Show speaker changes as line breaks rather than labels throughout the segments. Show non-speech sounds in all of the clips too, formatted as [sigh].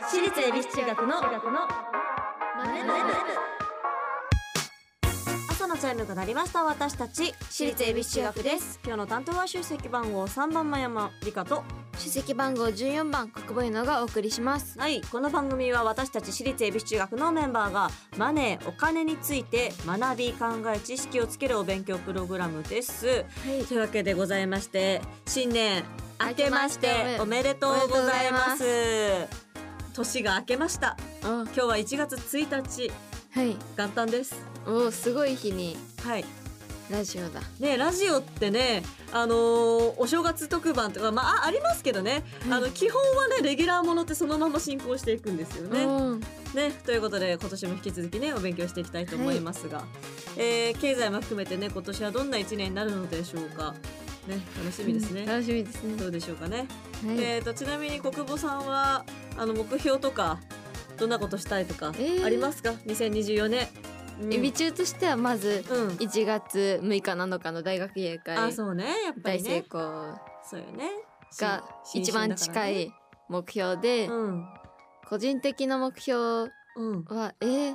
私立恵比寿中学の
朝のチャイムが鳴りました私たち
私立恵比寿中学です
今日の担当は出席番号3番真山理香と
出席番号14番国母ゆのがお送りします
はいこの番組は私たち私立恵比寿中学のメンバーがマネーお金について学び考え知識をつけるお勉強プログラムです
はい
というわけでございまして新年明けまし
明けまして
ておめでとうございます
お
年が明けました
あ
今日は1月1日
はい
元旦です
おーすごい日に
はい
ラジオだ
ねラジオってねあのーお正月特番とかまああありますけどね、
うん
あの基本はねレギュラーものってそのまま進行していくんですよね。
うん
ねということで今年も引き続きねお勉強していきたいと思いますが、えー経済も含めてね今年はどんな1年になるのでしょうかね楽しみですね。
楽しみですね
どうでしょうかね、
はい
えー、とちなみに国母さんはあの目標とかどんなことしたいとか
えー
ありますか、2024年。うん
エビ中としてはまず
うん、
1月6日7日の大学
あ
芸会
そうねやっぱ
大
り
成
ね
功
そうよね。
が
し
一番近。い目標
新
で
春だか
個人的な目標
らねうん。うん。って
はえー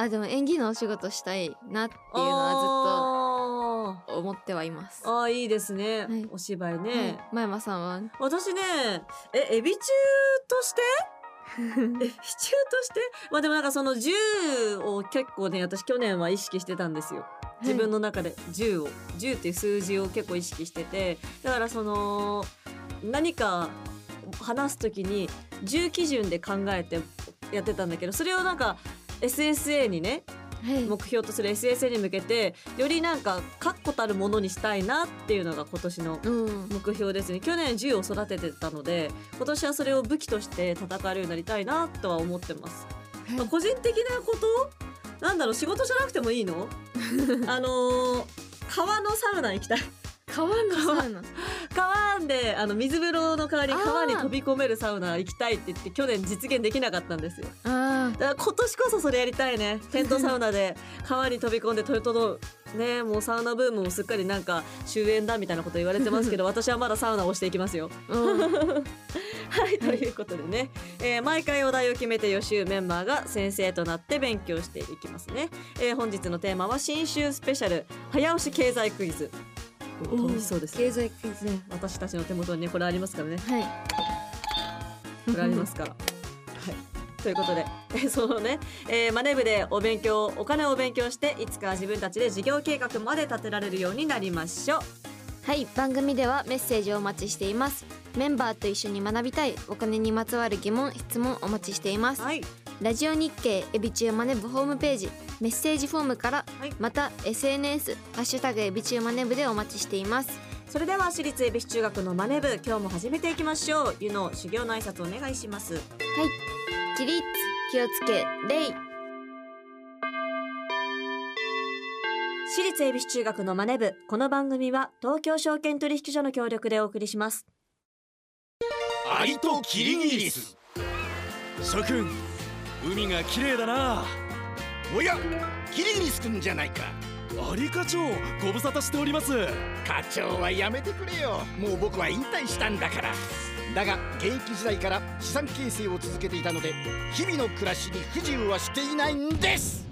あでも演技のお仕事したいなっていうのは
は
ずっと思ってはいます。
あーあーいいですね。
はい
お芝居ね。
はい、前山さんは
私ねえエビ中として [laughs] エビ中としてまあでもなんかその銃を結構ね私去年は意識してたんですよ。自分の中で10を10っていう数字を結構意識しててだからその何か話す時に10基準で考えてやってたんだけどそれをなんか SSA にね
はい、はい
目標とする SSA に向けてよりなんか確固たるものにしたいなっていうのが今年の
うん、
目標ですね去年銃を育ててたので今年はそれを武器として戦えるようになりたいなとは思ってます、まあ個人的なことなんだろう仕事じゃなくてもいいのあのー川のサウナ行きたい
川のサウナ
川であの水風呂の代わりに川に
あー
飛び込めるサウナ行きたいって言って去年実現できなかったんですよ
あ
だから今年こそそれやりたいねテントサウナで川に飛び込んでトヨトのねもうサウナブームもすっかりなんか終焉だみたいなこと言われてますけど私はまだサウナをしていきますよ
ー、うん、
はい、ということでね、えー毎回お題を決めて予習メンバーが先生となって勉強していきますね、えー本日のテーマは新州スペシャル早押し経済クイズ楽しそうですね
経済クイズね
私たちの手元にねこれありますからね
はい
これありますす [laughs] からはいということで、えーそのね、えーマネ部でお勉強お金を勉強していつかは自分たちで事業計画まで立てられるようになりましょう
はい番組ではメッセージをお待ちしていますメンバーと一緒に学びたいお金にまつわる疑問質問お待ちしています
はい
ラジオ日経エビチューマネブホームページメッセージフォームから、
はい
また SNS ハッシュタグエビチューマネブでお待ちしています
それでは私立恵比寿中学のマネ部今日も始めていきましょうゆの修行の挨拶お願いします
起立気をつけ礼
私立恵比寿中学のマネ部この番組は東京証券取引所の協力でお送りします
アリとキリギリス諸君海が綺麗だな
おやキリギリスくんじゃないか
アリ課長ご無沙汰しております
課長はやめてくれよもう僕は引退したんだからだが現役時代から資産形成を続けていたので日々の暮らしに不自由はしていないんです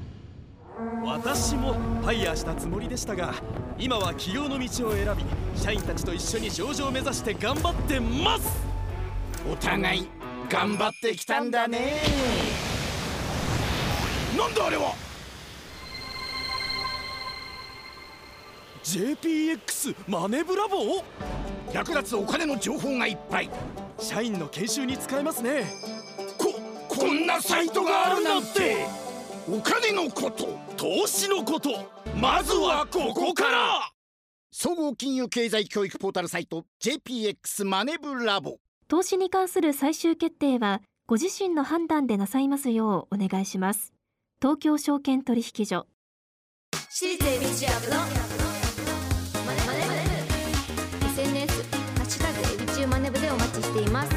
私もファイヤーしたつもりでしたが今は起業の道を選び社員たちと一緒に上場を目指して頑張ってます
お互い頑張ってきたんだねなんだあれは
JPX マネブラボ
役立つお金の情報がいっぱい
社員の研修に使えますね
ここんなサイトがあるなんてお金のこと
投資のことまずはここから
総合金融経済教育ポータルサイト JPX マネブラボ
投資に関する最終決定はご自身の判断でなさいますようお願いします東京証券取引所
私立恵比寿中学のマネマネマネ SNS ハッシュタグエビチューマネブでお待ちしています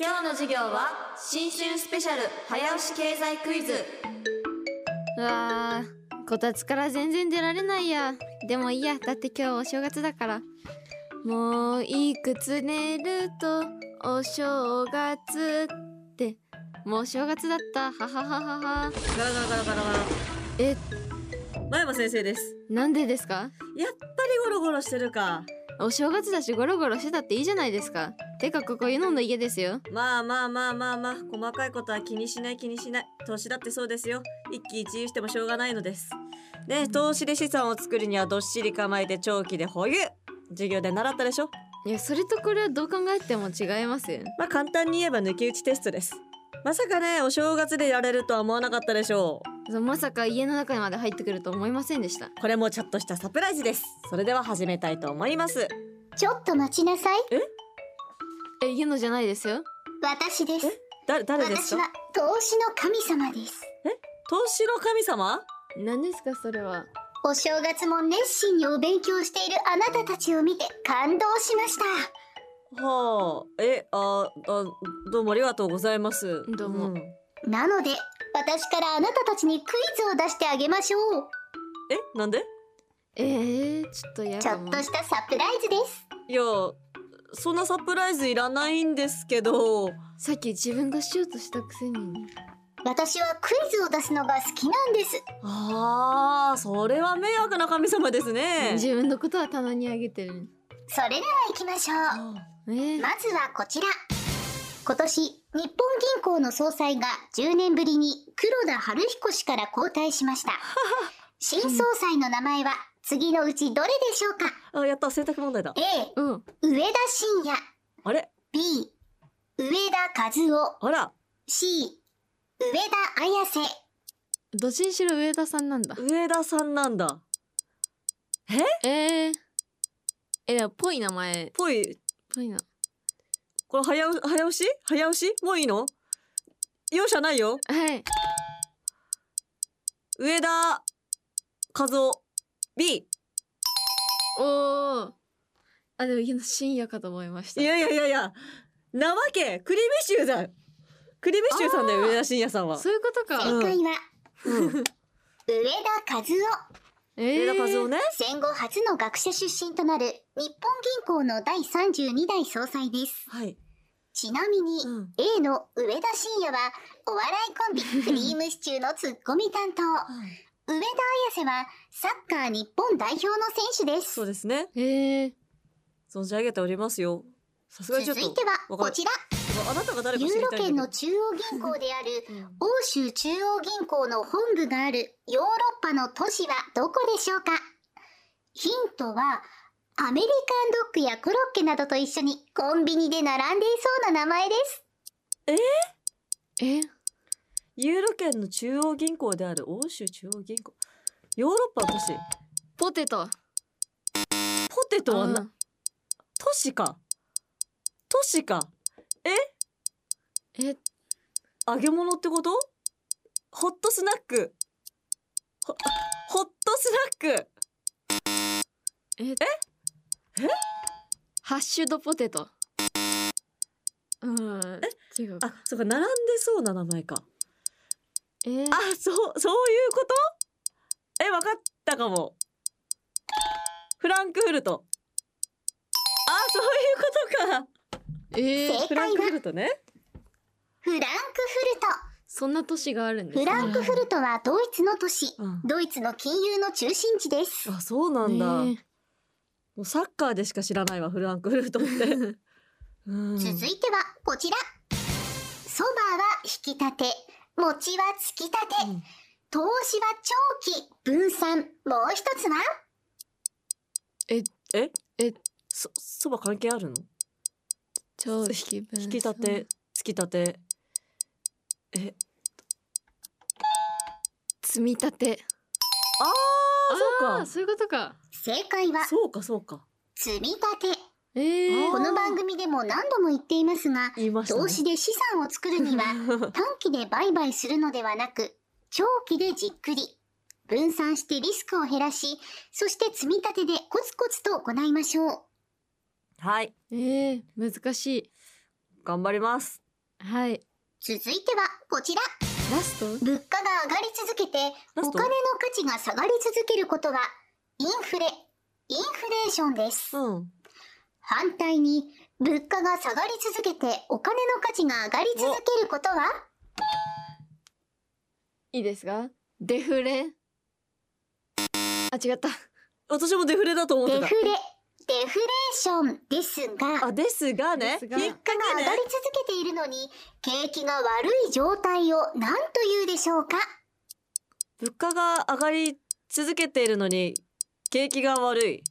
今日の授業は新春スペシャル早押し経済クイズうわーこたつから全然出られないやでもいいやだって今日お正月だからもういくつ寝るとお正月もう正月だったははははは
ガラガラガラガラガラ
え
前山先生です
なんでですか
やっぱりゴロゴロしてるか
お正月だしゴロゴロしてたっていいじゃないですかてかここユノンの家ですよ
まあまあまあまあまあ細かいことは気にしない気にしない投資だってそうですよ一喜一憂してもしょうがないのですで投資で資産を作るにはどっしり構えて長期で保有授業で習ったでしょ
いやそれとこれはどう考えても違いますよ
まあ簡単に言えば抜き打ちテストですまさかねお正月でやれるとは思わなかったでしょ
そうまさか家の中まで入ってくると思いませんでした
うこれもちょっとしたサプライズですそれでは始めたいと思います
ちょっと待ちなさい。
えユノじゃないですよ
私です。
だ誰です
私
か
は投資の神様です。
投資の神様
何ですかそれは
お正月も熱心にお勉強しているあなたたちを見て感動しました。
はあえああどうもありがとうございます
どうも
ん
なので、私からあなたたちにクイズを出してあげましょう。
えなんで
えー、ちょっとや
ちょ
だ
っ
も
としたサプライズです。
いやそんなサプライズいらないんですけど
さっき自分がしようとしたくせに
私はクイズを出すのが好きなんです。
あーそれは迷惑な神様ですね
自分のことは棚にあげてる
それでは行きましょう。
えー、
まずはこちら。今年、日本銀行の総裁が10年ぶりに黒田晴彦氏から交代しま
[laughs]
した。新総裁の名前は次のうちどれでしょうか
あやった選択問題だ
?A、
うん
上田晋也。
あれ
B、上田和夫。
あら
C、上田綾瀬。
どっちにしろ上田さんなんだ
上田さんなんだ
えー、えー、ぽい名前
ぽい
ぽいな
これ早押早押し早押しもういいの容赦ないよ
はい
上田和夫 B
おおあでも家の深夜かと思いました
いやいやいやいやなわけクリビシューだクリビシューさんだよ
あー
上田晋也さんは
そういうことか、
うん
正解は、
うん
上田和夫。
えー
上田和夫ね
戦後初の学者出身となる日本銀行の第32代総裁です。
はい
ちなみに、
うん
A の上田晋也はお笑いコンビクリームシチューのツッコミ担当上田綺世はサッカー日本代表の選手です
そうですね
えー、
存じ上げておりますよさすが
続
に
い
ち
て
ょっと
はこちら
あなたが誰か
ユ
知
ー
り
ロ
たい
圏
んだ
の
け
中央銀行である
ど、うん
欧州中央銀行の本部があるヨーロッパの都市はどこでしょうかヒントはアメリカンドッグやコロッケなどと一緒にコンビニで並んでいそうな名前です
え
ユーロ圏の中央銀行である欧州中央銀行ヨーロッパの都市
ポテト
ポテトはな、
うん
都市か都市か
え
揚げ物ってことホットスナックほホットスナック
ええ
え
ハッシュドポテトうん違う
あそうか並んでそうな名前か
えー、
あそうそういうことえわかったかもフランクフルトあそういうことか
えー、
正
フラ
解
ンクフ
は
ルトね
フランクフルト
そんな都市があるんです
フ
ね
ランクフルトはドイツの都市、
うん
ドイツの金融の中心地です。
あそうなんだ、
えー
もうサッカーでしか知らないわフランクフルトって。うん
続いてはこちら。そばは引き立て、餅はつきたて、
うん
投資は長期、分散、もう一つは
え
え
そそば関係あるの
超引き分
引き立て突き立てえ
積み立て
あ
あ
ー
ー
そう
そういうことか
正解は
かそうかそうか
積み立て。
えー、
この番組でも何度も言っていますが、
言いましたね
投
[laughs]
資で資産を作るには短期で売買するのではなく、長期でじっくり、分散してリスクを減らし、そして積み立てでコツコツと行いましょう。
はい
えー、難しい
頑張ります
はい
続いてはこちら。
ラスト
物価が上がり続けて
ラ
お
スト
金の価値が下がり続けることはインフレインフレーションです
うん
反対に物価が下がり続けてお金の価値が上がり続けることは
いいですかデフレあ違った
私もデフレだと思って
デフレ
た
デフレーションですが
あですがね
です
引っ掛
が
価が
け
上が
ね
り続けているのに景気が悪い状態を何と言うでしょうか
物価が上がり続けているのに景気が悪い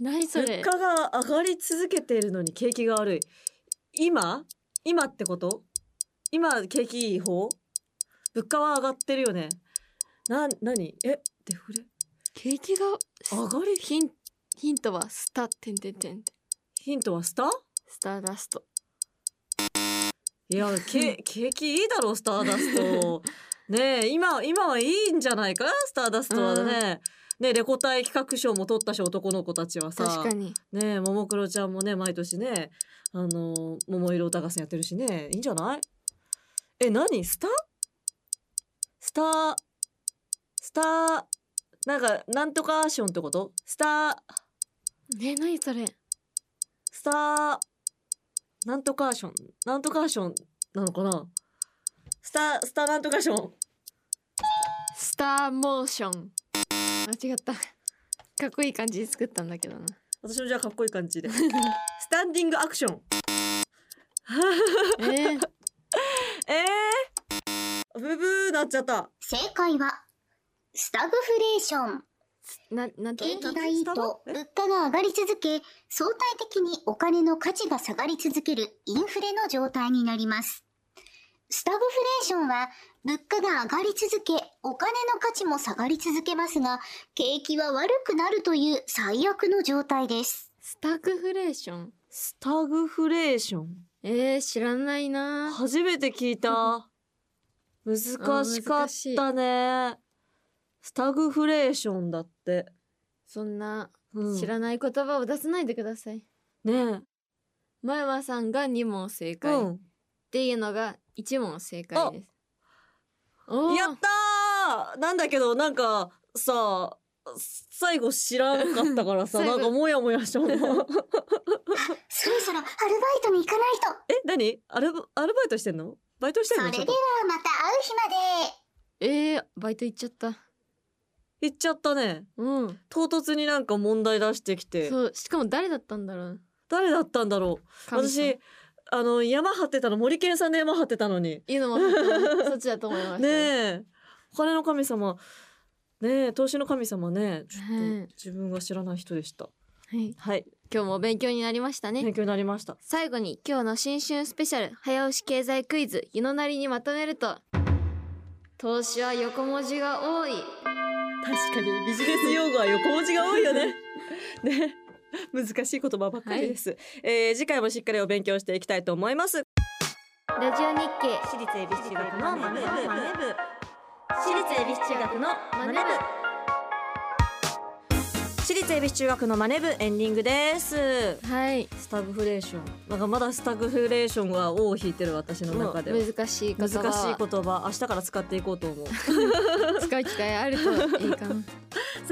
何そ
物
れ
価が上がり続けているのに景気が悪い今今ってこと今景気いい方物価は上がってるよねな何えデフレ
景気が
上がり
ヒンヒントはスタてんてんてんてん
ヒントはスター
スターダスト
いやけ景気いいだろスターダス
[laughs]
トねえ今今はいいんじゃないかスターダストはね、ねえレコ大企画賞も取ったし男の子たちはさ
確かに
ねえももクロちゃんもね毎年ねあのー桃色歌合戦やってるしねいいんじゃないえ何スタスタスタなんかなんとかションってことスタ
ね何それ
スタなんとかションなんとかションなのかなスタスタなんとかション
スターモーションあ違ったかっこいい感じで作ったんだけ
[laughs]
どな
私もじゃあかっこいい感じ [laughs] でスタンディングアクション
えー、
えー、ブブーなっちゃった
正解はスタグフレーション
ななんて
景気がいいと物価が上がり続け相対的にお金の価値が下がり続けるインフレの状態になりますスタグフレーションは物価が上がり続けお金の価値も下がり続けますが景気は悪くなるという最悪の状態です
スタグフレーション
スタグフレーション
えー、知らないな
初めて聞い [laughs] た難しかったねスタグフレーションだって、
そんな
うん
知らない言葉を出さないでください、
ね
前山さんが2問正
え、
解、
う
っ
ん
ていうのが1問正解ですおー
やったーなんだけどなんかさ最後知らんかったからさ
[laughs] 最
な
後
んかモヤモヤしたもん
[laughs]
え
そろそろアルバイトに行かないと
何アルバアルバイトしてんのバイトしてん
そ
の
れ
ちょ
では
っと
また会う日まで
えー、バイト行っちゃった
行っちゃったね
うん
唐突になんか問題出してきて
そうしかも誰だったんだろう
誰だったんだろう
神さん
私あの山張ってたの森健さんで山張ってたのに
いいのも本当にそっちだと思いました
ねえお金の神様ねえ投資の神様ねち
は
ょっ
い
と自分が知らない人でした
はい、
はい
今日も勉強になりましたね
勉強になりました
最後に今日の新春スペシャル早押し経済クイズ湯のなりにまとめると投資は横文字が多い
確かにビジネス用語は横文字が多いよねね難しい言葉ばっかりです、えー次回もしっかりお勉強していきたいと思います
ラジオ日経
私立恵比寿中学のマネブ
私立恵比寿中学のマネ
私立恵比寿中学のマネ部エンディングです
ブはい
スタグフレーションなんかまだスタグフレーションは尾を引いてる私の中では
難しい
難
言
しい
葉
言葉明日から使っていこうと思う
と使う機会あるといいかな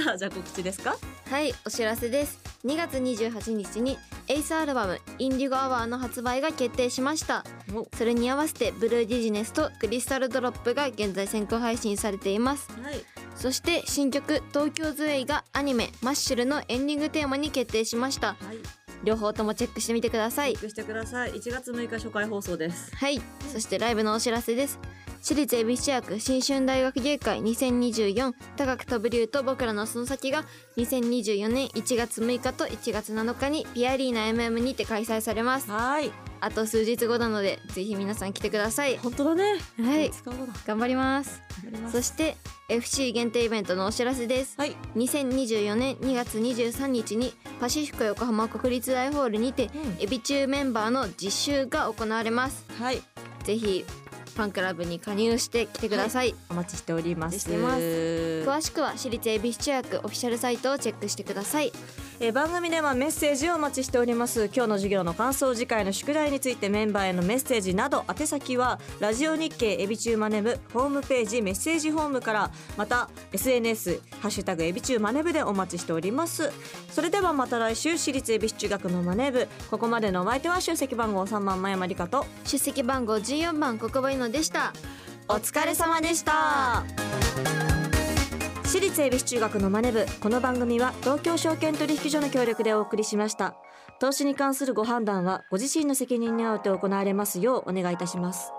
さあじゃあ告知ですか
[laughs] はいお知らせです2月28日にエイスアルバム「インディゴアワー」の発売が決定しました
お
それに合わせてブルーディジネスとクリスタルドロップが現在先行配信されています
はい
そして新曲「東京ズエイ」がアニメ「マッシュル」のエンディングテーマに決定しました
はい
両方ともチェックしてみてくださ
チェ
い
ックしてください1月6日初回放送です
はいそしてライブのお知らせです私立恵比寿中学新春大学芸会2024高く飛ぶ竜と僕らのその先が2024年1月6日と1月7日にピアリーナ MM にて開催されます
はい
あと数日後なのでぜひ皆さん来てください
本当だね
はい
使うだ
頑張りますそして FC 限定イベントのお知らせです
はい
2024年2月23日にパシフィコ横浜国立大ホールにてエビ中メンバーの実習が行われます
はい
ぜひファンクラブに加入して来てください、
お待ちしておりま
お待ちし
す
てます詳しくは私立恵比寿中学オフィシャルサイトをチェックしてください
えー番組ではメッセージをお待ちしております今日の授業の感想次回の宿題についてメンバーへのメッセージなど宛先はラジオ日経エビチューマネブホームページメッセージホームからまた SNS ハッシュタグエビチューマネブでお待ちしておりますそれではまた来週私立エビ中学のマネブここまでのお相手は出席番号3番前山理香と
出席番号14番国母いのでしたお疲れ様でした
私立恵比寿中学のマネ部この番組は東京証券取引所の協力でお送りしました投資に関するご判断はご自身の責任に合うて行われますようお願いいたします